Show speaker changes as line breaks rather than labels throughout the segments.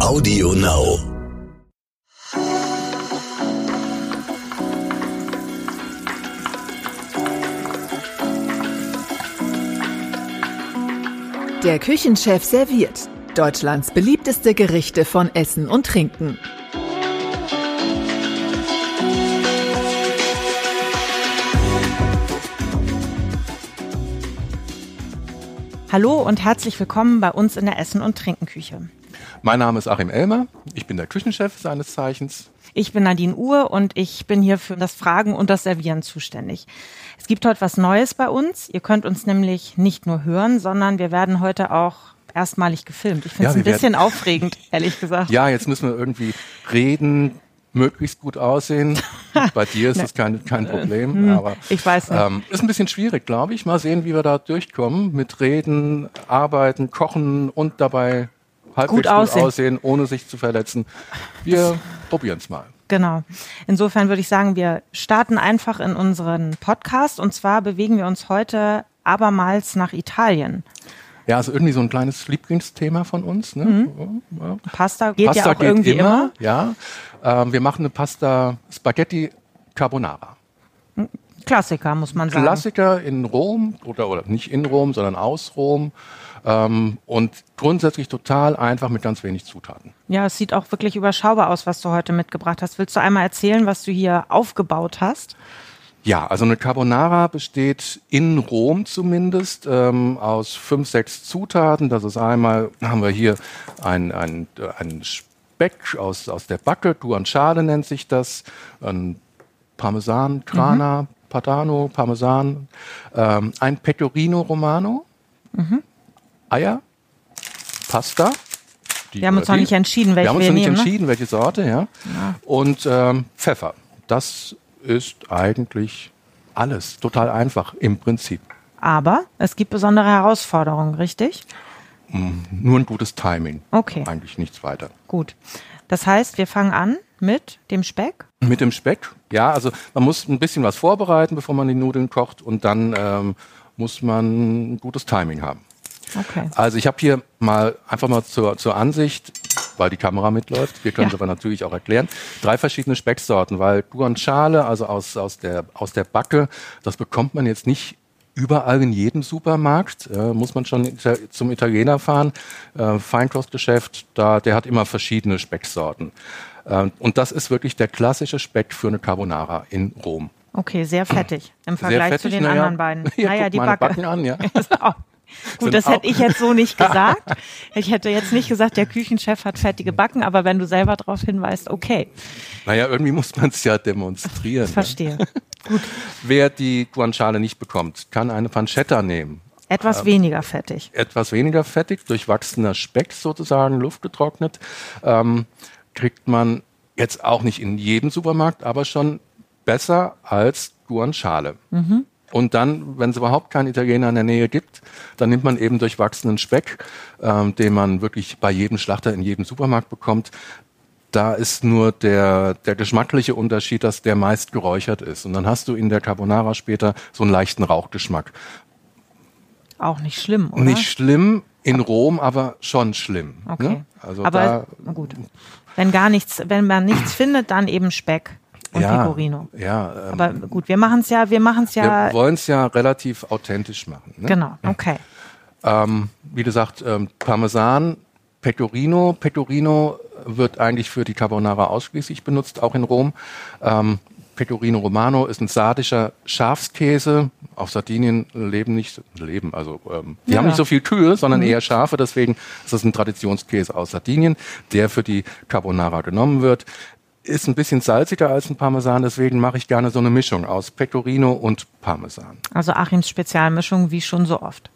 Audio Now.
Der Küchenchef serviert Deutschlands beliebteste Gerichte von Essen und Trinken.
Hallo und herzlich willkommen bei uns in der Essen- und Trinkenküche.
Mein Name ist Achim Elmer, ich bin der Küchenchef seines Zeichens.
Ich bin Nadine Uhr und ich bin hier für das Fragen und das Servieren zuständig. Es gibt heute was Neues bei uns. Ihr könnt uns nämlich nicht nur hören, sondern wir werden heute auch erstmalig gefilmt. Ich finde
Ja,
es
wir
ein bisschen
werden-
aufregend, ehrlich gesagt.
Ja, jetzt müssen wir irgendwie reden, möglichst gut aussehen. Bei dir ist das kein, kein Problem, aber
Ne. Äh, hm, ich weiß nicht.
Ähm, ist ein bisschen schwierig, glaube ich. Mal sehen, wie wir da durchkommen mit Reden, Arbeiten, Kochen und dabei halbwegs gut
aussehen.
aussehen, ohne sich zu verletzen. Wir probieren es mal.
Genau. Insofern würde ich sagen, wir starten einfach in unseren Podcast und zwar bewegen wir uns heute abermals nach Italien.
Ja, ist irgendwie so ein kleines Lieblingsthema von uns. Ne? Ja.
Pasta Mhm. geht ja auch irgendwie immer.
Ja, ähm, wir machen eine Pasta Spaghetti Carbonara.
Klassiker, muss man sagen.
Klassiker in Rom oder, oder nicht in Rom, sondern aus Rom ähm, und grundsätzlich total einfach mit ganz wenig Zutaten.
Ja, es sieht auch wirklich überschaubar aus, was du heute mitgebracht hast. Willst du einmal erzählen, was du hier aufgebaut hast?
Ja, also eine Carbonara besteht in Rom zumindest ähm, aus fünf, sechs Zutaten. Das ist einmal, haben wir hier ein, ein, äh, ein Speck aus, aus der Backe, Guanciale nennt sich das, ein Parmesan,
Mhm.
Grana, Padano, Parmesan, ähm, ein Pecorino Romano,
Mhm.
Eier, Pasta. die
Wir haben uns
oder
noch
die.
nicht entschieden, welche
Wir haben uns
wir
noch nicht
nehmen. ne?
entschieden, welche Sorte, ja. Und ähm, Pfeffer. Das ist eigentlich alles. Total einfach im Prinzip.
Aber es gibt besondere Herausforderungen, richtig?
Nur ein gutes Timing.
Okay.
Eigentlich nichts weiter.
Gut. Das heißt, wir fangen an mit dem Speck.
Mit dem Speck, ja, also man muss ein bisschen was vorbereiten, bevor man die Nudeln kocht und dann ähm, muss man ein gutes Timing haben.
Okay.
Also ich habe hier mal einfach mal zur, zur Ansicht, weil die Kamera mitläuft, wir können es
Ja.
aber natürlich auch erklären, drei verschiedene Specksorten, weil Guanciale, also aus, aus, der, aus der Backe, das bekommt man jetzt nicht überall in jedem Supermarkt, äh, muss man schon Ita zum Italiener fahren, äh, Feinkostgeschäft, da, der hat immer verschiedene Specksorten. Ähm, und das ist wirklich der klassische Speck für eine Carbonara in Rom.
Okay, sehr fettig im Vergleich zu den
naja.
anderen beiden.
Hier,
naja,
guck
die
meine
Backe.
Backen an, ja.
Ist auch- Gut,
Sind
das hätte
auch-
ich jetzt so nicht gesagt. Ich hätte jetzt nicht gesagt, der Küchenchef hat fettige Backen, aber wenn du selber darauf hinweist, okay,
Naja, irgendwie muss man es ja demonstrieren. ne?
verstehe.
Wer die Guanciale nicht bekommt, kann eine Pancetta nehmen. Ähm.
Etwas weniger fettig.
Etwas weniger fettig, durchwachsener Speck sozusagen, luftgetrocknet, ähm, kriegt man jetzt auch nicht in jedem Supermarkt, aber schon besser als Guanciale. Und dann, wenn es überhaupt keinen Italiener in der Nähe gibt, dann nimmt man eben durchwachsenen Speck, ähm, den man wirklich bei jedem Schlachter in jedem Supermarkt bekommt. Da ist nur der, der geschmackliche Unterschied, dass der meist geräuchert ist. Und dann hast du in der Carbonara später so einen leichten Rauchgeschmack.
Auch nicht schlimm, oder?
Nicht schlimm in Rom, aber schon schlimm.
okay.
Ne? Also
Aber na gut. Wenn gar nichts, wenn man nichts findet, dann eben Speck
da,
und
ja,
Pecorino.
Ja, ähm,
Aber gut, wir machen es ja, wir machen es ja.
wir wollen es ja relativ authentisch machen. Ne?
Genau, okay.
Wie gesagt, ähm, Parmesan, Pecorino. Pecorino wird eigentlich für die Carbonara ausschließlich benutzt, auch in Rom. Ähm, Pecorino Romano ist ein sardischer Schafskäse. Auf Sardinien leben nicht, leben, also ähm, die
Ja. Mhm.
haben nicht so viel Kühe, sondern eher Schafe. Deswegen ist das ein Traditionskäse aus Sardinien, der für die Carbonara genommen wird. Ist ein bisschen salziger als ein Parmesan, deswegen mache ich gerne so eine Mischung aus Pecorino und Parmesan.
Also Achims Spezialmischung, wie schon so oft.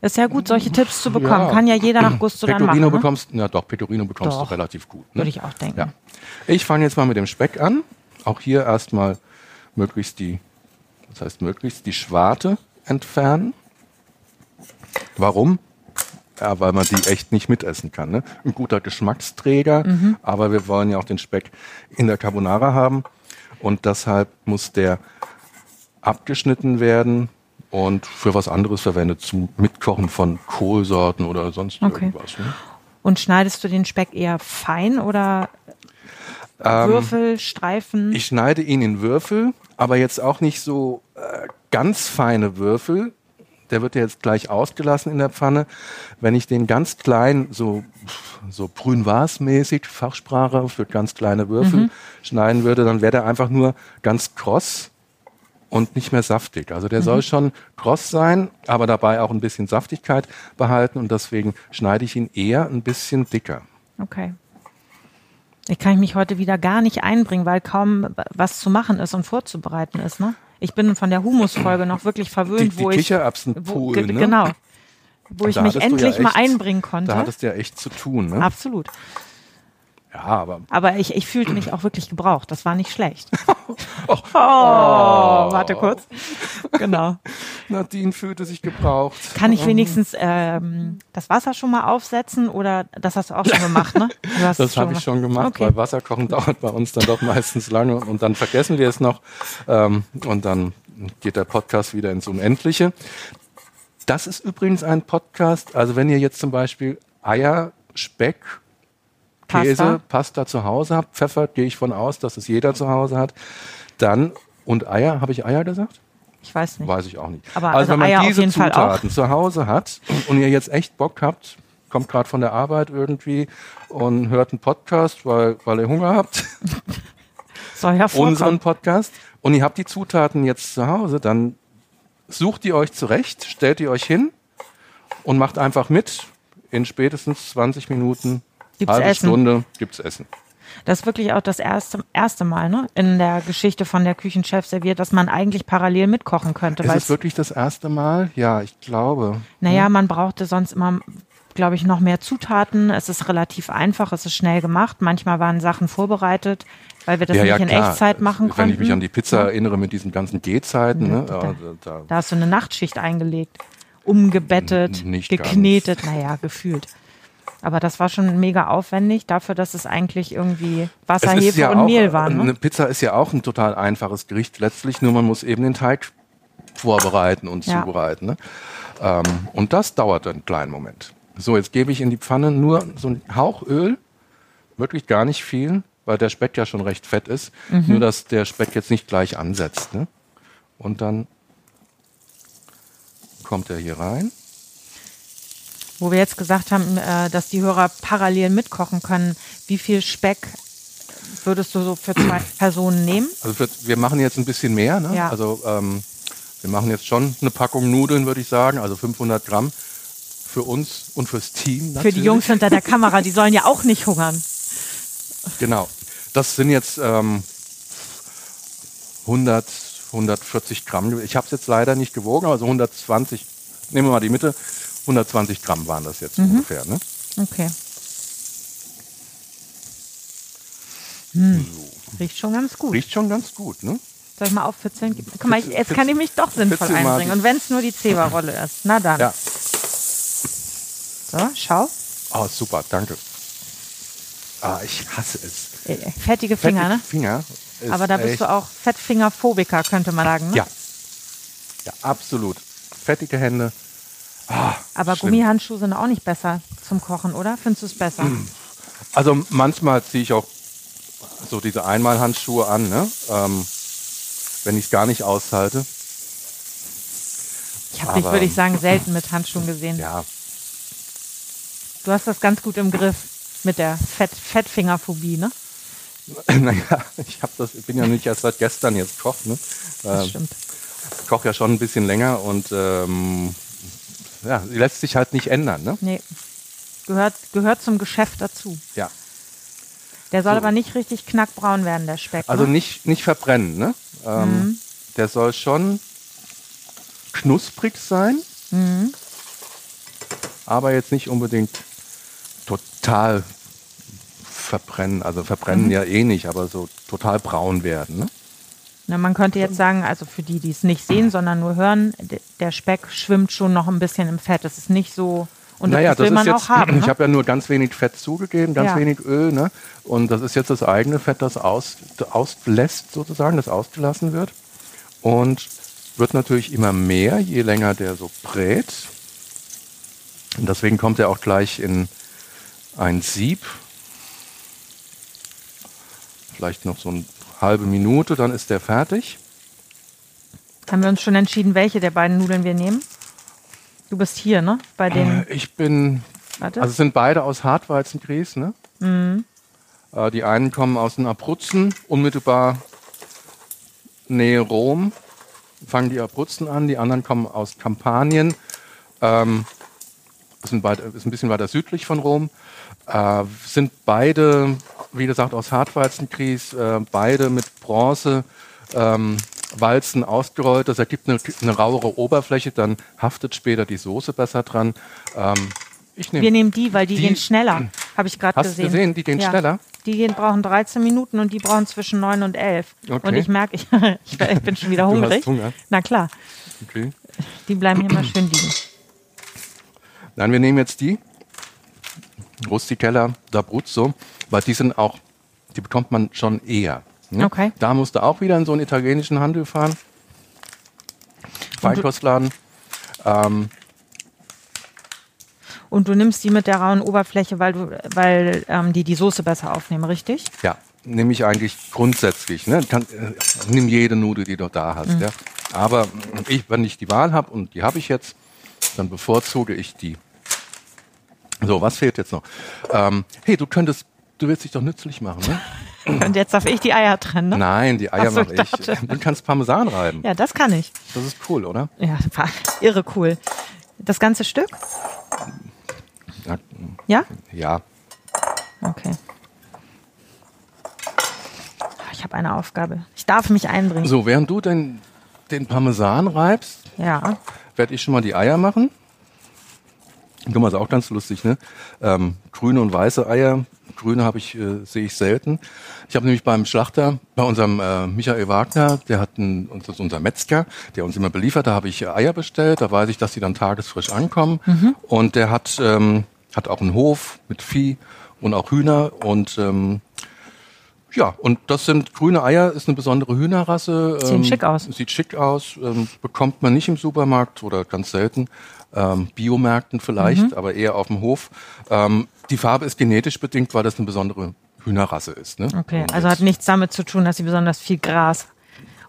Ist ja gut, solche Tipps zu bekommen.
Ja.
Kann ja jeder nach Gusto dann machen.
Pecorino
Ne?
bekommst, na doch, Pecorino bekommst
Doch.
du relativ gut. Ne?
Würde ich auch denken.
Ja. Ich fange jetzt mal mit dem Speck an. Auch hier erstmal möglichst die, das heißt möglichst die Schwarte entfernen. Warum? Ja, weil man die echt nicht mitessen kann. Ne? Ein guter Geschmacksträger, aber wir wollen ja auch den Speck in der Carbonara haben. Und deshalb muss der abgeschnitten werden und für was anderes verwendet, zum Mitkochen von Kohlsorten oder sonst
Okay.
irgendwas. Ne?
Und schneidest du den Speck eher fein oder
Ähm,
Würfel, Streifen?
Ich schneide ihn in Würfel, aber jetzt auch nicht so äh, ganz feine Würfel. Der wird ja jetzt gleich ausgelassen in der Pfanne. Wenn ich den ganz klein, so, so mäßig Fachsprache für ganz kleine Würfel
Mhm.
schneiden würde, dann wäre der einfach nur ganz kross und nicht mehr saftig. Also der
Mhm.
soll schon kross sein, aber dabei auch ein bisschen Saftigkeit behalten und deswegen schneide ich ihn eher ein bisschen dicker.
Okay. Ich kann mich heute wieder gar nicht einbringen, weil kaum was zu machen ist und vorzubereiten ist. Ne? Ich bin von der Humusfolge noch wirklich
Die,
verwöhnt,
die
wo ich wo,
Kichererbsenpool,
ge-
ne?
genau, wo ich
Da
mich
hattest du ja
endlich mal
echt-
einbringen konnte.
Da hattest du ja echt zu tun, ne?
Absolut.
Ja, aber
Aber ich, ich fühlte mich auch wirklich gebraucht. Das war nicht schlecht. oh, warte kurz. Genau.
Nadine fühlte sich gebraucht.
Kann ich wenigstens ähm, das Wasser schon mal aufsetzen oder das hast du auch schon gemacht, ne? Du hast es
Das habe ich schon gemacht,
Okay.
weil Wasserkochen dauert bei uns dann doch meistens lange und dann vergessen wir es noch ähm, und dann geht der Podcast wieder ins Unendliche. Das ist übrigens ein Podcast, also wenn ihr jetzt zum Beispiel Eier, Speck, Käse,
Pasta.
Pasta zu Hause habt, Pfeffer gehe ich von aus, dass es jeder zu Hause hat, dann und Eier, habe ich Eier gesagt?
Ich weiß nicht.
Weiß ich auch nicht.
Aber also Eier auf jeden Fall auch.
Zutaten zu Hause hat und ihr jetzt echt Bock habt, kommt gerade von der Arbeit irgendwie und hört einen Podcast, weil, weil ihr Hunger habt,
Soll ja
unseren
vorkommen.
Podcast, und ihr habt die Zutaten jetzt zu Hause, dann sucht ihr euch zurecht, stellt ihr euch hin und macht einfach mit. In spätestens 20 Minuten,
Gibt's
halbe
Essen.
Stunde gibt's Essen.
Das ist wirklich auch das erste, erste Mal ne? in der Geschichte von der Küchenchef serviert, dass man eigentlich parallel mitkochen könnte.
Ist hm?
weil
es wirklich das erste Mal? Ja, ich glaube.
Naja, man brauchte sonst immer, glaube ich, noch mehr Zutaten. Es ist relativ einfach, es ist schnell gemacht. Manchmal waren Sachen vorbereitet, weil wir das nicht in
klar.
Echtzeit machen
Wenn ich mich an
konnten.
die Pizza erinnere mit diesen ganzen Gehzeiten, ne?
da-
ja, da, da,
Da hast du eine Nachtschicht eingelegt, umgebettet,
N- nicht
geknetet, naja, gefühlt. Aber das war schon mega aufwendig dafür, dass es eigentlich irgendwie Wasser, Hefe und Mehl waren.
eine
Ne?
Pizza ist ja auch ein total einfaches Gericht letztlich, nur man muss eben den Teig vorbereiten und
Ja.
zubereiten. Ne? Ähm, und das dauert einen kleinen Moment. So, jetzt gebe ich in die Pfanne nur so einen Hauch Öl, wirklich gar nicht viel, weil der Speck ja schon recht fett ist,
Mhm.
nur dass der Speck jetzt nicht gleich ansetzt. Ne? Und dann kommt er hier rein.
Wo wir jetzt gesagt haben, äh, dass die Hörer parallel mitkochen können. Wie viel Speck würdest du so für zwei Personen nehmen?
Also für, wir machen jetzt ein bisschen mehr. Ne?
Ja.
Also ähm, wir machen jetzt schon eine Packung Nudeln, würde ich sagen. Also 500 Gramm für uns und fürs Team. Natürlich.
Für die Jungs hinter der Kamera, die sollen ja auch nicht hungern.
Genau. Das sind jetzt ähm, 100, 140 Gramm. Ich habe es jetzt leider nicht gewogen, also 120. Nehmen wir mal die Mitte. 120 Gramm waren das
Mhm.
jetzt ungefähr. Ne?
Okay. Hm. Riecht schon ganz gut.
Riecht schon ganz gut. Ne?
Soll ich mal aufpitzeln? Guck mal, ich, jetzt
Pitzel-
kann ich mich doch sinnvoll
pitzel mal
einbringen.
die-
Und wenn es nur die Zeberrolle ist. Na dann.
Ja.
So, schau.
Oh, super. Danke. Ah, ich hasse es.
Äh, Fettige Finger, ne?
Finger. ist
Aber da bist
echt-
du auch Fettfingerphobiker, könnte man sagen. Ne?
Ja. Ja, absolut. Fettige Hände.
Aber
schlimm.
Gummihandschuhe sind auch nicht besser zum Kochen, oder? Findest du es besser?
Also manchmal ziehe ich auch so diese Einmalhandschuhe an, ne? ähm, wenn ich es gar nicht aushalte.
Ich habe dich,
Aber-
würde ich sagen, selten mit Handschuhen gesehen.
Ja,
Du hast das ganz gut im Griff mit der Fett Fettfingerphobie, ne?
naja, ich hab das, ich bin ja nicht erst seit gestern jetzt Koch. Ne?
Das
Ähm,
stimmt.
ich koche ja schon ein bisschen länger und ähm, ja, sie lässt sich halt nicht ändern. Ne?
Nee. Gehört, gehört zum Geschäft dazu.
Ja.
Der soll
So.
aber nicht richtig knackbraun werden, der Speck.
Also
ne?
nicht, nicht verbrennen, ne? Ähm, Der soll schon knusprig sein, aber jetzt nicht unbedingt total verbrennen. Also verbrennen ja eh nicht, aber so total braun werden. Ne?
Na, man könnte jetzt sagen, also für die, die es nicht sehen, sondern nur hören, d- der Speck schwimmt schon noch ein bisschen im Fett. Das ist nicht so. Und das will man auch haben.
ich
Ne?
habe ja nur ganz wenig Fett zugegeben, ganz
Ja.
wenig Öl, ne? Und das ist jetzt das eigene Fett, das aus, auslässt sozusagen, das ausgelassen wird. Und wird natürlich immer mehr, je länger der so brät. Und deswegen kommt er auch gleich in ein Sieb. Vielleicht noch so eine halbe Minute, dann ist der fertig.
Haben wir uns schon entschieden, welche der beiden Nudeln wir nehmen? Du bist hier, ne? Bei
Äh,
den.
Ich bin,
Warte.
also es sind beide aus Hartweizengrieß, ne? Äh, die einen kommen aus den Abruzzen, unmittelbar Nähe Rom, fangen die Abruzzen an, die anderen kommen aus Kampanien, ähm, ist, ein weit, ist ein bisschen weiter südlich von Rom, äh, sind beide, wie gesagt, aus Hartweizengrieß, äh, beide mit Bronze. Ähm, Walzen ausgerollt, das ergibt eine, eine rauere Oberfläche, dann haftet später die Soße besser dran. Ähm, ich
wir
nehme
nehmen die, weil die,
Die-
gehen schneller. Habe ich gerade
Hast du
gesehen.
gesehen? Die gehen schneller?
Die gehen, brauchen 13 Minuten und die brauchen zwischen 9 und 11.
Okay.
Und ich merke, ich, ich, ich bin schon wieder
Du hast
hungrig.
Hunger.
Na klar,
okay.
die bleiben hier mal schön liegen.
Nein, wir nehmen jetzt die Rustikella d'Abruzzo, weil die sind auch, die bekommt man schon eher. ne?
Okay.
Da musst du auch wieder in so einen italienischen Handel fahren. Feinkostladen. Ähm,
Und du nimmst die mit der rauen Oberfläche, weil, du, weil ähm, die die Soße besser aufnehmen, richtig?
ja, nehme ich eigentlich grundsätzlich. Ne? Kann, äh, nimm jede Nudel, die du da hast. Ja? Aber ich, wenn ich die Wahl habe, und die habe ich jetzt, dann bevorzuge ich die. So, was fehlt jetzt noch? Ähm, hey, du könntest, du willst dich doch nützlich machen, ne?
Und jetzt darf ich die Eier trennen, ne?
Nein, die Eier
Ach so,
mache
ich
ich.
dachte.
Du kannst Parmesan reiben.
Ja, das kann ich.
Das ist cool, oder?
Ja, war irre cool. Das ganze Stück?
Ja.
Ja?
ja.
Okay. Ah, Ich habe eine Aufgabe. Ich darf mich einbringen.
So, während du den, den Parmesan reibst,
Ja.
werde ich schon mal die Eier machen. Guck mal, ist auch ganz lustig, ne? Ähm, grüne und weiße Eier. Grüne habe ich, äh, sehe ich selten. Ich habe nämlich beim Schlachter, bei unserem äh, Michael Wagner, der hat einen, uns- das ist unser Metzger, der uns immer beliefert, da habe ich äh, Eier bestellt, da weiß ich, dass die dann tagesfrisch ankommen.
Mhm.
Und der hat, ähm, hat auch einen Hof mit Vieh und auch Hühner und ähm, ja, und das sind grüne Eier, ist eine besondere Hühnerrasse. Ähm,
Sehen schick aus.
Sieht schick aus, ähm, bekommt man nicht im Supermarkt oder ganz selten. Ähm, Biomärkten vielleicht,
Mhm.
aber eher auf dem Hof. Ähm, die Farbe ist genetisch bedingt, weil das eine besondere Hühnerrasse ist. Ne?
Okay,
Und
also
jetzt-
hat nichts damit zu tun, dass sie besonders viel Gras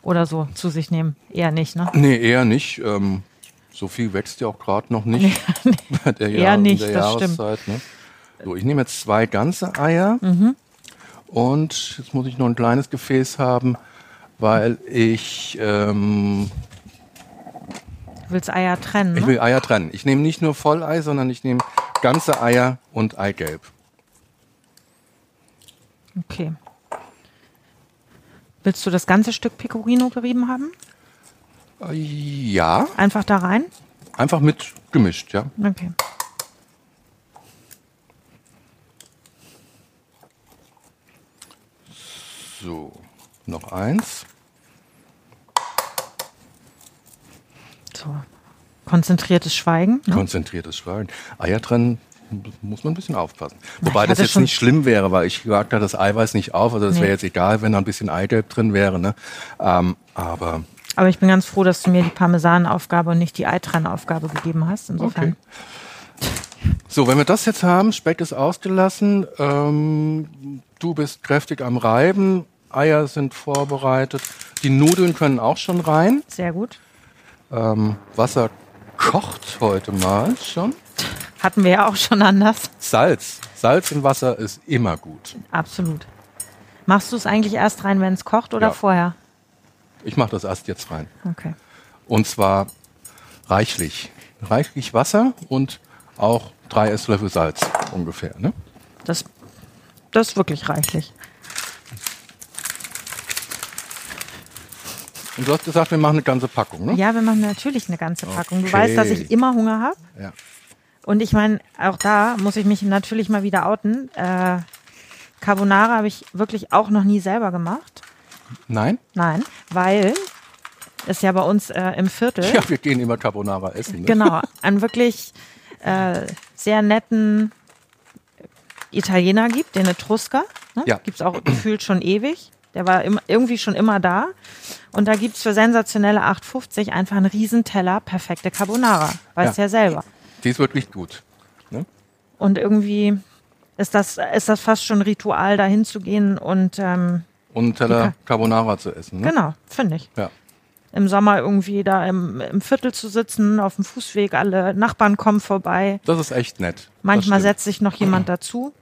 oder so zu sich nehmen. Eher nicht, ne?
Nee, eher nicht. Ähm, so viel wächst ja auch gerade noch nicht. der
Eher nicht, das stimmt.
Ne? So, ich nehme jetzt zwei ganze Eier.
Mhm.
Und jetzt muss ich noch ein kleines Gefäß haben, weil ich, ähm,
Du willst Eier trennen,
ich
ne?
will Eier trennen. Ich nehme nicht nur Vollei, sondern ich nehme ganze Eier und Eigelb.
Okay. Willst du das ganze Stück Pecorino gerieben haben?
Äh, Ja,
Einfach da rein?
einfach mit gemischt, ja.
Okay.
So, noch eins.
So. Konzentriertes Schweigen. Ne?
Konzentriertes Schweigen. Eier trennen muss man ein bisschen aufpassen. Wobei
ich
das
hatte
jetzt
schon-
nicht schlimm wäre, weil ich gesagt habe, das Eiweiß nicht auf. Also das
Nee.
wäre jetzt egal, wenn da ein bisschen Eigelb drin wäre. Ne? Ähm, aber
Aber ich bin ganz froh, dass du mir die Parmesan-Aufgabe und nicht die Eitran-Aufgabe gegeben hast. Insofern.
okay. So, wenn wir das jetzt haben, Speck ist ausgelassen, ähm, du bist kräftig am Reiben, Eier sind vorbereitet, die Nudeln können auch schon rein.
Sehr gut.
Ähm, Wasser kocht heute mal schon.
Hatten wir ja auch schon anders.
Salz. Salz in Wasser ist immer gut.
Absolut. Machst du es eigentlich erst rein, wenn es kocht oder
Ja.
vorher?
Ich mache das erst jetzt rein.
Okay.
Und zwar reichlich. Reichlich Wasser und auch drei Esslöffel Salz ungefähr. Ne?
Das, das ist wirklich reichlich.
Und du hast gesagt, wir machen eine ganze Packung. Ne?
Ja, wir machen natürlich eine ganze Packung. Du
Okay.
weißt, dass ich immer Hunger habe.
Ja.
Und ich meine, auch da muss ich mich natürlich mal wieder outen. Äh, Carbonara habe ich wirklich auch noch nie selber gemacht.
Nein?
Nein, weil es ja bei uns äh, im Viertel,
Ja, wir gehen immer Carbonara essen. Ne?
genau, einen wirklich äh, sehr netten Italiener gibt, den Etrusker. Ne?
Ja.
Gibt es auch gefühlt schon ewig. Der war im, irgendwie schon immer da. Und da gibt es für sensationelle 8,50 einfach einen Riesenteller perfekte Carbonara. Weißt
Ja.
ja selber.
Die ist wirklich gut. Ne?
Und irgendwie ist das, ist das fast schon Ritual, da hinzugehen und ähm,
Und Teller Carbonara zu essen. Ne?
genau, finde ich.
Ja.
Im Sommer irgendwie da im, im Viertel zu sitzen, auf dem Fußweg, alle Nachbarn kommen vorbei.
Das ist echt nett.
Manchmal
setzt
setzt sich noch jemand dazu.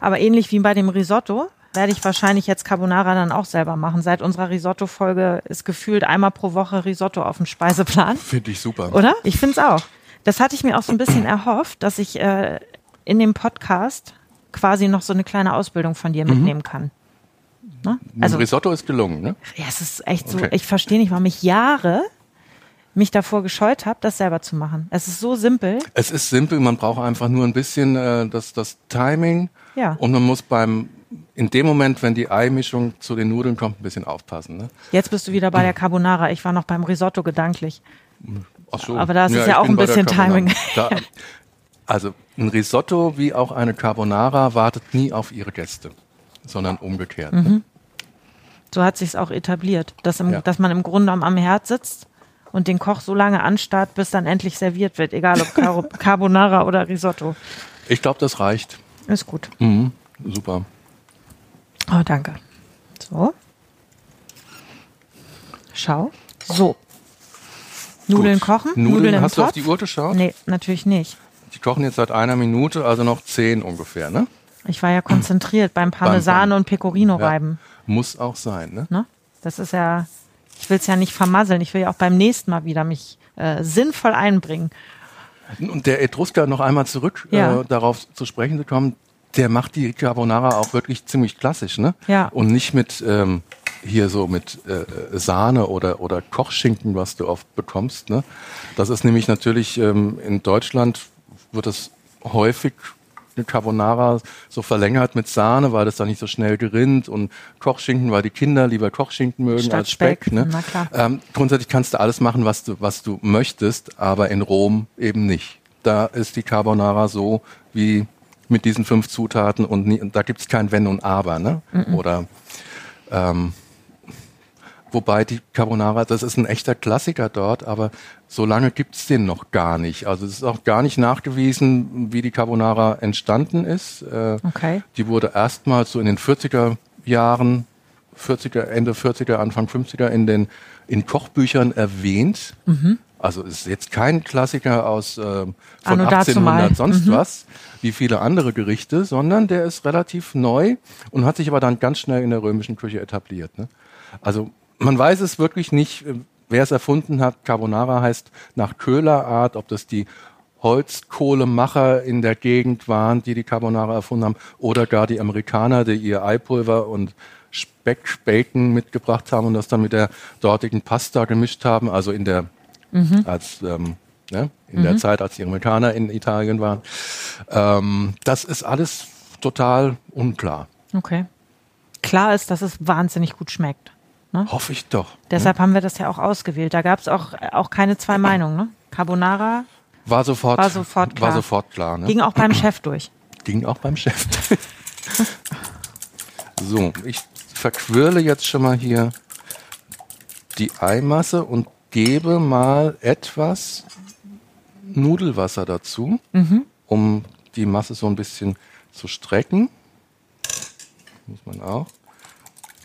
Aber ähnlich wie bei dem Risotto werde ich wahrscheinlich jetzt Carbonara dann auch selber machen. Seit unserer Risotto-Folge ist gefühlt einmal pro Woche Risotto auf dem Speiseplan,
Finde ich super.
oder? Ich finde es auch. Das hatte ich mir auch so ein bisschen erhofft, dass ich äh, in dem Podcast quasi noch so eine kleine Ausbildung von dir mitnehmen kann. Ne?
Also, Risotto ist gelungen, ne?
Ja, es ist echt so.
Okay.
Ich verstehe nicht, warum ich Jahre mich davor gescheut habe, das selber zu machen. Es ist so simpel.
Es ist simpel, man braucht einfach nur ein bisschen äh, das, das Timing
Ja.
und man muss beim in dem Moment, wenn die Eimischung zu den Nudeln kommt, ein bisschen aufpassen. Ne?
Jetzt bist du wieder bei der Carbonara. Ich war noch beim Risotto gedanklich.
Ach so.
Aber das ist ja
ich
auch
bin
ein
bei der
bisschen
Carbonara.
Timing.
Da, also ein Risotto wie auch eine Carbonara wartet nie auf ihre Gäste, sondern umgekehrt.
Mhm.
Ne?
So hat sich's auch etabliert, dass, im,
Ja.
dass man im Grunde am, am Herd sitzt und den Koch so lange anstarrt, bis dann endlich serviert wird, egal ob Caro- Carbonara oder Risotto.
Ich glaube, das reicht.
Ist gut.
Mhm. Super.
Oh, danke. So. Schau. So. Nudeln
Gut.
kochen?
Nudeln,
im
hast du auf
Topf?
die Uhr geschaut?
Nee, natürlich nicht.
Die kochen jetzt seit einer Minute, also noch zehn ungefähr. Ne?
Ich war ja konzentriert beim Parmesan
Beim-
und Pecorino
Ja.
reiben.
Muss auch sein. Ne?
Ne? Das ist ja, ich will es ja nicht vermasseln. Ich will ja auch beim nächsten Mal wieder mich äh, sinnvoll einbringen.
Und der Etrusker noch einmal zurück
Ja.
äh, darauf zu sprechen zu kommen, der macht die Carbonara auch wirklich ziemlich klassisch, ne?
Ja.
Und nicht mit ähm, hier so mit äh, äh, Sahne oder oder Kochschinken, was du oft bekommst, ne? Das ist nämlich natürlich ähm, in Deutschland wird das häufig eine Carbonara so verlängert mit Sahne, weil das da nicht so schnell gerinnt und Kochschinken, weil die Kinder lieber Kochschinken mögen
Statt
als Speck.
Speck,
Ne?
na klar.
Ähm, grundsätzlich kannst du alles machen, was du, was du möchtest, aber in Rom eben nicht. Da ist die Carbonara so wie mit diesen fünf Zutaten und, nie, und da gibt's kein Wenn und Aber. Ne? Oder ähm, wobei die Carbonara, das ist ein echter Klassiker dort, aber so lange gibt's den noch gar nicht. Also es ist auch gar nicht nachgewiesen, wie die Carbonara entstanden ist. Äh,
Okay.
die wurde erstmals so in den 40er Jahren, 40er, Ende 40er, Anfang 50er in den in Kochbüchern erwähnt. Also ist jetzt kein Klassiker aus äh, von
Anno dazu mal. Mhm.
1800 sonst was, wie viele andere Gerichte, sondern der ist relativ neu und hat sich aber dann ganz schnell in der römischen Küche etabliert. Ne? Also man weiß es wirklich nicht, äh, wer es erfunden hat. Carbonara heißt nach Köhlerart, ob das die Holzkohlemacher in der Gegend waren, die die Carbonara erfunden haben, oder gar die Amerikaner, die ihr Eipulver und Speck, Bacon mitgebracht haben und das dann mit der dortigen Pasta gemischt haben, also in der als ähm, ne, in
Mhm.
der Zeit, als die Amerikaner in Italien waren. Ähm, das ist alles total unklar.
Okay. Klar ist, dass es wahnsinnig gut schmeckt. Ne?
Hoffe ich doch.
Deshalb haben wir das ja auch ausgewählt. Da gab es auch, äh, auch keine zwei Meinungen. Ne? Carbonara
War sofort,
War sofort klar.
War sofort klar ne?
ging auch beim Chef durch.
Ging auch beim Chef. so, ich verquirle jetzt schon mal hier die Eimasse und gebe mal etwas Nudelwasser dazu, um die Masse so ein bisschen zu strecken. Muss man auch.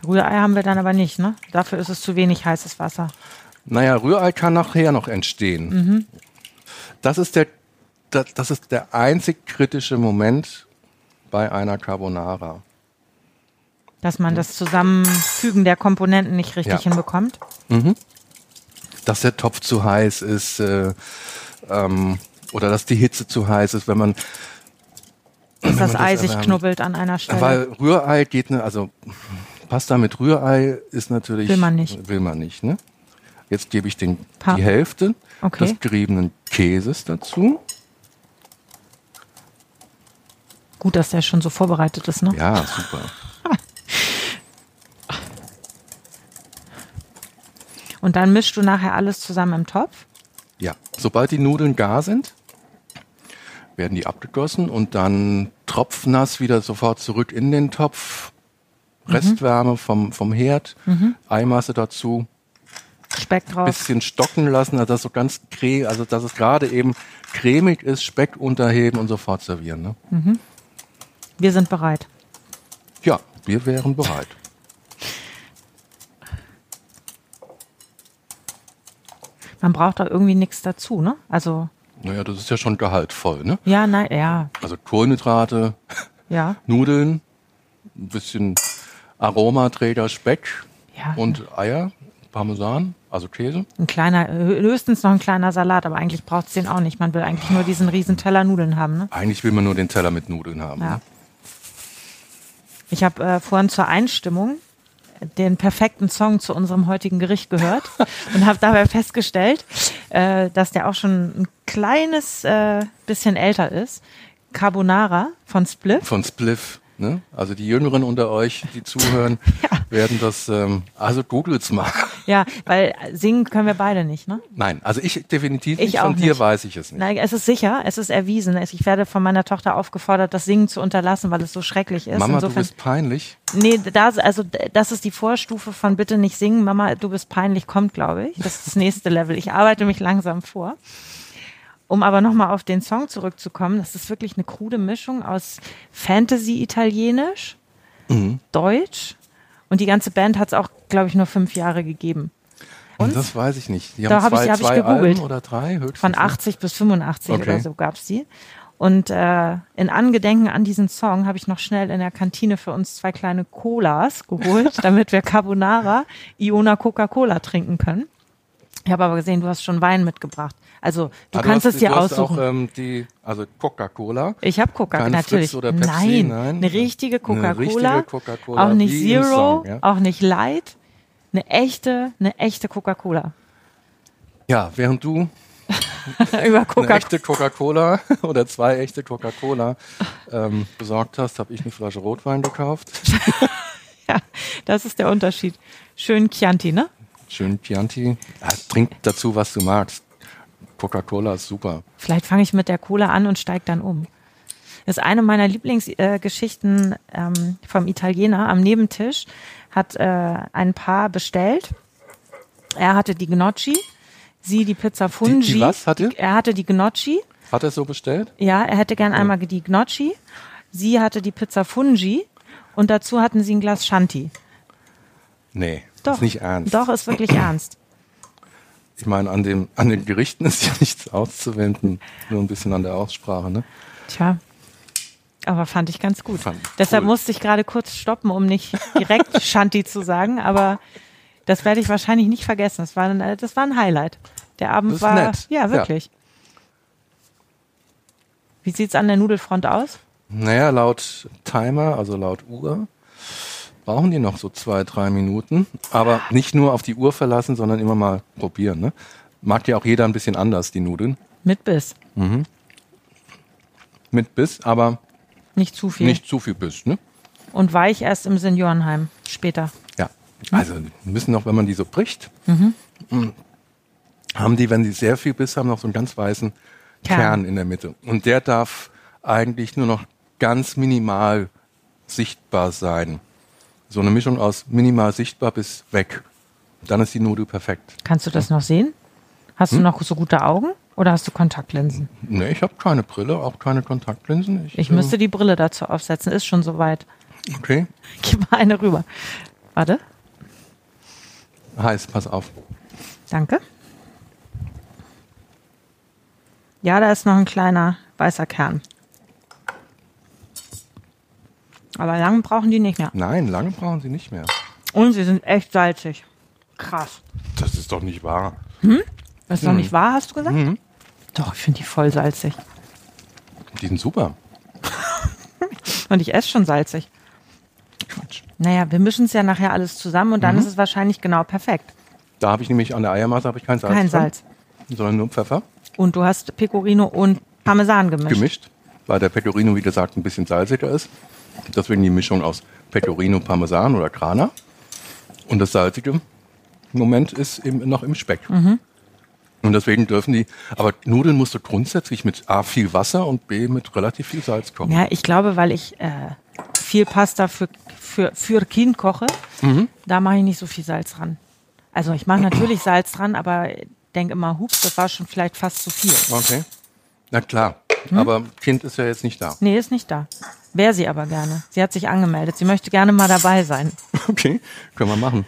Rührei haben wir dann aber nicht. Ne? Dafür ist es zu wenig heißes Wasser.
Naja, Rührei kann nachher noch entstehen. Das, ist der, das, das ist der einzig kritische Moment bei einer Carbonara.
Dass man das Zusammenfügen der Komponenten nicht richtig
Ja.
hinbekommt.
dass der Topf zu heiß ist äh, ähm, oder dass die Hitze zu heiß ist, wenn man
Dass das
man das
Ei sich
erwärmt.
knubbelt an einer Stelle.
weil Rührei geht ne, also Pasta mit Rührei ist natürlich
Will man nicht.
will man nicht, ne? Jetzt gebe ich den
Pa-
die Hälfte
Okay.
des geriebenen Käses dazu.
Gut, dass der schon so vorbereitet ist. Ne?
Ja, super.
Und dann mischst du nachher alles zusammen im Topf.
Ja, sobald die Nudeln gar sind, werden die abgegossen und dann tropfnass wieder sofort zurück in den Topf.
Mhm.
Restwärme vom, vom Herd, Eimasse dazu,
Speck drauf.
bisschen stocken lassen, also das so ganz creme, also dass es gerade eben cremig ist, Speck unterheben und sofort servieren. Ne?
Mhm. Wir sind bereit.
Ja, wir wären bereit.
Man braucht da irgendwie nichts dazu, ne? Also,
Naja, das ist ja schon gehaltvoll. Ne?
ja, nein, ja,
Also Kohlenhydrate,
ja.
Nudeln, ein bisschen Aromaträger, Speck
Ja.
und Eier, Parmesan, also Käse.
Ein kleiner, hö- höchstens noch ein kleiner Salat, aber eigentlich braucht es den auch nicht. Man will eigentlich nur diesen riesen Teller Nudeln haben, ne?
Eigentlich will man nur den Teller mit Nudeln haben.
Ja.
Ne?
Ich habe äh, vorhin zur Einstimmung den perfekten Song zu unserem heutigen Gericht gehört und habe dabei festgestellt, äh, dass der auch schon ein kleines äh, bisschen älter ist. Carbonara von Spliff.
Von Spliff. Ne? Also die Jüngeren unter euch, die zuhören, werden das. Ähm, also googelt's mal.
Ja, weil singen können wir beide nicht, ne?
Nein, also ich definitiv
Ich
nicht. Von
auch
dir
nicht.
weiß ich es nicht.
Nein, es ist sicher, es ist erwiesen. Es- Ich werde von meiner Tochter aufgefordert, das Singen zu unterlassen, weil es so schrecklich ist.
Mama, du
Insofern,
bist peinlich.
nee, da, also d- das ist die Vorstufe von bitte nicht singen. Mama, du bist peinlich, kommt, glaube ich. Das ist das nächste Level. Ich arbeite mich langsam vor. Um aber nochmal auf den Song zurückzukommen, das ist wirklich eine krude Mischung aus Fantasy-Italienisch,
Mhm.
Deutsch und die ganze Band hat es auch, glaube ich, nur fünf Jahre gegeben.
Und das weiß ich nicht. Die
Da
haben
hab ich-
zwei,
hab ich
zwei Alben
gegoogelt.
oder drei höchstens.
Von
ne?
80 bis 85
Okay.
oder so gab's die. Und äh, in Angedenken an diesen Song habe ich noch schnell in der Kantine für uns zwei kleine Colas geholt, damit wir Carbonara, Iona Coca-Cola trinken können. Ich habe aber gesehen, du hast schon Wein mitgebracht. Also du
Ah,
kannst
hast,
es dir
du hast
aussuchen.
Auch, ähm, die, also Coca-Cola.
ich habe Coca
keine
natürlich.
Fritz oder Pepsi,
nein,
nein.
eine richtige
Eine
Coca-Cola,
richtige Coca-Cola,
auch nicht
wie im
Zero,
Song, ja.
auch nicht Light, eine echte, eine echte Coca-Cola.
Ja, während du
Über
eine
Coca-Cola.
echte Coca-Cola oder zwei echte Coca-Cola ähm, besorgt hast, habe ich eine Flasche Rotwein gekauft.
Ja, das ist der Unterschied. Schön Chianti, ne?
Schön Chianti. Ja, trink dazu, was du magst. Coca-Cola ist super.
Vielleicht fange ich mit der Cola an und steige dann um. Das ist eine meiner Lieblingsgeschichten äh, Geschichten, ähm, vom Italiener am Nebentisch. Hat äh, ein Paar bestellt. Er hatte die Gnocchi, sie die Pizza Fungi.
die was hatte?
Er hatte die Gnocchi.
Hat er so bestellt?
Ja, er hätte
Oh.
gern einmal die Gnocchi. Sie hatte die Pizza Fungi. Und dazu hatten sie ein Glas Shanti.
Nee,
Doch.
ist nicht ernst.
Doch, ist wirklich ernst.
Ich meine, an, dem, an den Gerichten ist ja nichts auszuwenden, nur ein bisschen an der Aussprache. Ne?
Tja. Aber fand ich ganz gut.
Fand ich
Deshalb
cool.
musste ich gerade kurz stoppen, um nicht direkt Shanti zu sagen, aber das werde ich wahrscheinlich nicht vergessen. Das war ein, äh, das war ein Highlight. Der Abend
Das ist
war
nett.
ja
Ja.
wirklich. Wie sieht's an der Nudelfront aus?
Naja, laut Timer, also laut Uhr, brauchen die noch so zwei, drei Minuten. Aber nicht nur auf die Uhr verlassen, sondern immer mal probieren. Ne? Mag ja auch jeder ein bisschen anders, die Nudeln.
Mit Biss.
Mit Biss, aber
Nicht zu viel.
nicht zu viel Biss. Ne?
Und weich erst im Seniorenheim später.
Ja. Also müssen auch, wenn man die so bricht,
Mhm.
mh, haben die, wenn sie sehr viel Biss haben, noch so einen ganz weißen
Kern.
Kern. in der Mitte. Und der darf eigentlich nur noch ganz minimal sichtbar sein. So eine Mischung aus minimal sichtbar bis weg. Dann ist die Nudel perfekt.
Kannst du das noch sehen? Hast
Hm?
du noch so gute Augen oder hast du Kontaktlinsen?
Ne, ich habe keine Brille, auch keine Kontaktlinsen.
Ich
ähm,
müsste die Brille dazu aufsetzen. Ist schon soweit.
Okay.
Gib mal eine rüber. Warte.
Heiß, pass auf.
Danke. Ja, da ist noch ein kleiner weißer Kern. Aber lang brauchen die nicht mehr.
Nein, lange brauchen sie nicht mehr.
Und sie sind echt salzig. Krass.
Das ist doch nicht wahr.
Das ist noch nicht wahr, hast du gesagt? Doch, ich finde die voll salzig.
Die sind super.
Und ich esse schon salzig.
Quatsch.
Naja, wir mischen es ja nachher alles zusammen und dann ist es wahrscheinlich genau perfekt.
Da habe ich nämlich an der Eiermasse habe ich kein Salz.
Kein
drin,
Salz.
Sondern nur Pfeffer.
Und du hast Pecorino und Parmesan gemischt.
gemischt, weil der Pecorino, wie gesagt, ein bisschen salziger ist. Deswegen die Mischung aus Pecorino, Parmesan oder Grana. Und das salzige im Moment ist eben noch im Speck.
Mhm.
Und deswegen dürfen die, aber Nudeln musst du grundsätzlich mit A viel Wasser und B mit relativ viel Salz kochen.
Ja, ich glaube, weil ich äh, viel Pasta für, für, für Kind koche, da mache ich nicht so viel Salz ran. Also ich mache natürlich Salz dran, aber denke immer, hups, das war schon vielleicht fast zu viel.
Okay. Na klar,
Hm?
aber Kind ist ja jetzt nicht da.
Nee, ist nicht da. Wäre sie aber gerne. Sie hat sich angemeldet. Sie möchte gerne mal dabei sein.
Okay, können wir machen.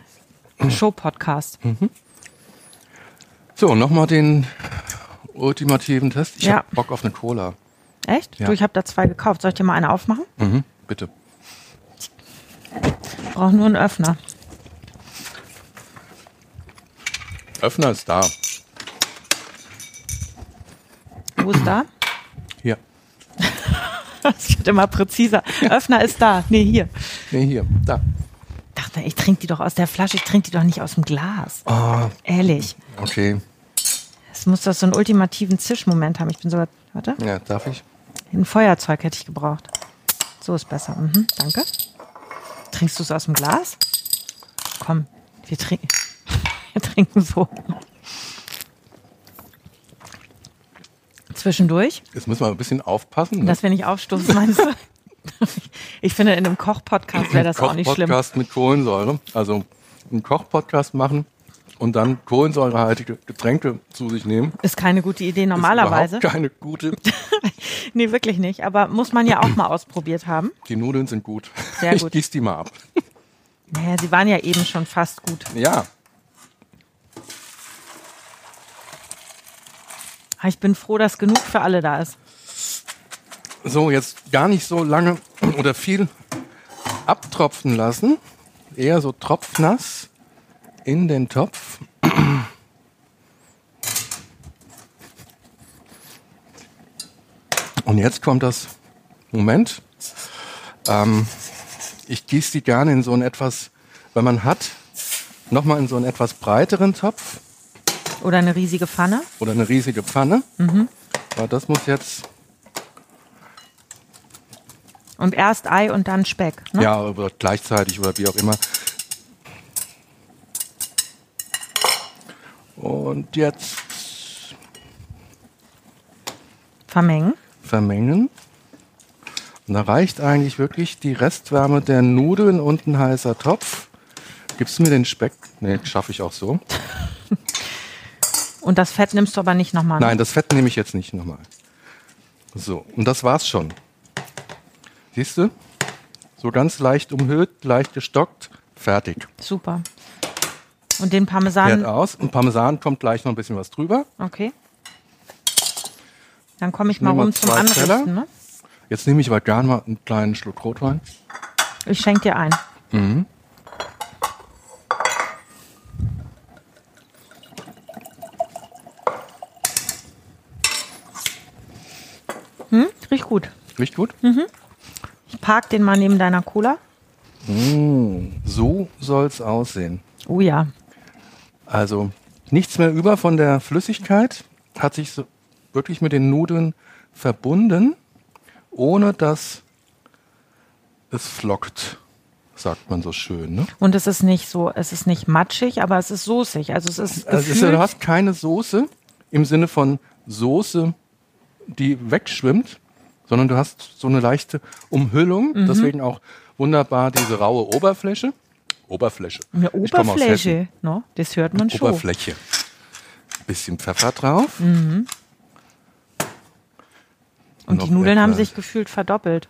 Show-Podcast.
So, nochmal den ultimativen Test. Ich
Ja.
hab Bock auf eine Cola.
Echt?
Ja.
Du, ich habe da zwei gekauft. Soll ich dir mal eine aufmachen?
Mhm, bitte.
Brauche nur einen Öffner.
Öffner ist da.
Wo ist da?
Hier.
Das wird immer präziser. Öffner ist da. Nee, hier.
Nee, hier. Da.
Dachte, ich trinke die doch aus der Flasche. Ich trinke die doch nicht aus dem Glas.
Ah,
Ehrlich.
okay.
Es muss doch so einen ultimativen Zischmoment haben. Ich bin sogar. Warte.
Ja, darf ich?
Ein Feuerzeug hätte ich gebraucht. So ist besser. Mhm, danke. Trinkst du es aus dem Glas? Komm, wir trinken. Wir trinken so. Zwischendurch,
Jetzt müssen wir ein bisschen aufpassen. ne?
dass wir nicht aufstoßen, meinst du? Ich finde, in einem Koch-Podcast wäre das auch nicht schlimm.
Kochpodcast mit Kohlensäure. Also einen Kochpodcast machen und dann kohlensäurehaltige Getränke zu sich nehmen. Ist
Ist keine gute Idee normalerweise.
überhaupt Keine gute.
Nee, wirklich nicht. Aber muss man ja auch mal ausprobiert haben.
Die Nudeln sind gut.
Sehr
ich
gut.
gieß die mal ab.
Naja, sie waren ja eben schon fast gut.
Ja,
Aber Ah, ich bin froh, dass genug für alle da ist.
so jetzt gar nicht so lange oder viel abtropfen lassen. Eher so tropfnass in den Topf. Und jetzt kommt das Moment. Ähm, ich gieße die gerne in so einen etwas, wenn man hat, nochmal in so einen etwas breiteren Topf
Oder eine riesige Pfanne.
oder eine riesige Pfanne. Aber das muss jetzt
Und erst Ei und dann Speck. Ne?
Ja, oder gleichzeitig oder wie auch immer. Und jetzt
Vermengen.
vermengen. Und da reicht eigentlich wirklich die Restwärme der Nudeln und ein heißer Topf. Gibst du mir den Speck? Nee, schaffe ich auch so.
Und das Fett nimmst du aber nicht nochmal. ne?
Nein, das Fett nehme ich jetzt nicht nochmal. So, und das war's schon. Siehst du? So ganz leicht umhüllt, leicht gestockt, fertig.
Super. Und den
Herd
Parmesan.
aus. Und Parmesan kommt gleich noch ein bisschen was drüber.
Okay. Dann komme ich
Ich
mal
nehme
rum
mal
zum
zwei Teller.
Anrichten. Ne?
Jetzt nehme ich aber gerne mal einen kleinen Schluck Rotwein.
Ich schenke dir ein.
Mhm.
Hm, riecht gut.
Riecht gut?
Ich park den mal neben deiner Cola.
So soll's aussehen.
Oh ja.
Also nichts mehr über von der Flüssigkeit. Hat sich so wirklich mit den Nudeln verbunden, ohne dass es flockt, sagt man so schön. Ne?
Und es ist nicht so, es ist nicht matschig, aber es ist soßig. Also es ist,
Also es ist,
gefühlt-
du hast keine Soße im Sinne von Soße, die wegschwimmt, sondern du hast so eine leichte Umhüllung.
Mhm.
Deswegen auch wunderbar diese raue Oberfläche. Oberfläche.
eine
Ich komme aus Hessen.
Oberfläche. Ne? Das hört man schon. Mhm.
Oberfläche. Bisschen Pfeffer drauf.
Und die
Noch
Nudeln haben
etwas.
sich gefühlt verdoppelt.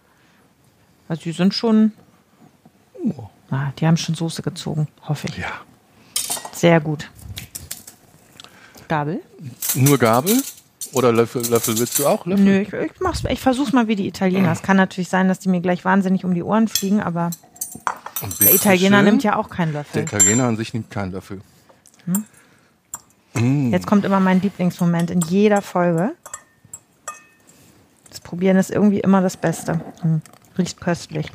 Also die sind schon. Ah, die haben schon Soße gezogen, hoffe ich.
Oh. Ja.
Sehr gut. Gabel?
Nur Gabel oder Löffel, Löffel willst du auch? Löffel?
Nö, ich, ich, mach's, ich versuch's mal wie die
Ah.
Italiener. Es kann natürlich sein, dass die mir gleich wahnsinnig um die Ohren fliegen, aber
Ein
der
bisschen
Italiener
schön.
nimmt ja auch keinen
Der
Löffel.
Italiener an sich nimmt keinen Löffel.
Jetzt kommt immer mein Lieblingsmoment in jeder Folge. Das Probieren ist irgendwie immer das Beste. Hm. Riecht köstlich.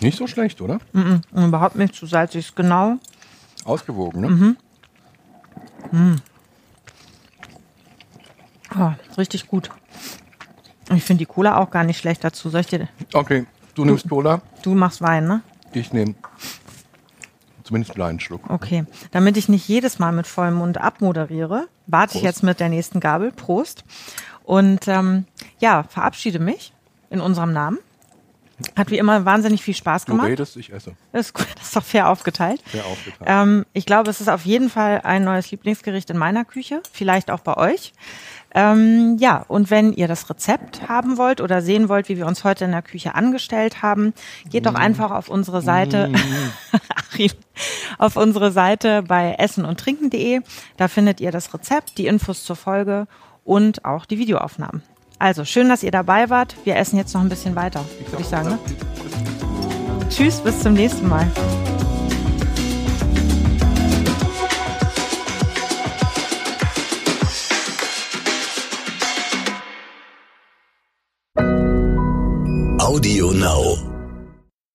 Nicht so schlecht, oder?
Und überhaupt nicht zu salzig. Ist genau
Ausgewogen, ne?
Mhm. Ah, richtig gut. Ich finde die Cola auch gar nicht schlecht dazu. Soll ich dir,
Okay, du nimmst Cola,
du machst Wein, ne?
ich nehme zumindest einen kleinen Schluck.
Okay. Damit ich nicht jedes Mal mit vollem Mund abmoderiere, warte ich
Prost.
jetzt mit der nächsten Gabel. Prost. Und ähm, ja, verabschiede mich in unserem Namen. Hat wie immer wahnsinnig viel Spaß
Du
gemacht.
redest, ich esse.
Ist gut, das ist doch fair aufgeteilt.
Fair aufgeteilt.
Ähm, ich glaube, es ist auf jeden Fall ein neues Lieblingsgericht in meiner Küche, vielleicht auch bei euch. Ähm, ja, und wenn ihr das Rezept haben wollt oder sehen wollt, wie wir uns heute in der Küche angestellt haben, geht
Mm.
doch einfach auf unsere Seite, Achim, auf unsere Seite bei essenundtrinken.de. Da findet ihr das Rezept, die Infos zur Folge und auch die Videoaufnahmen. Also schön, dass ihr dabei wart. Wir essen jetzt noch ein bisschen weiter, würde ich sagen. Ne? Tschüss, bis zum nächsten Mal.
Audio Now.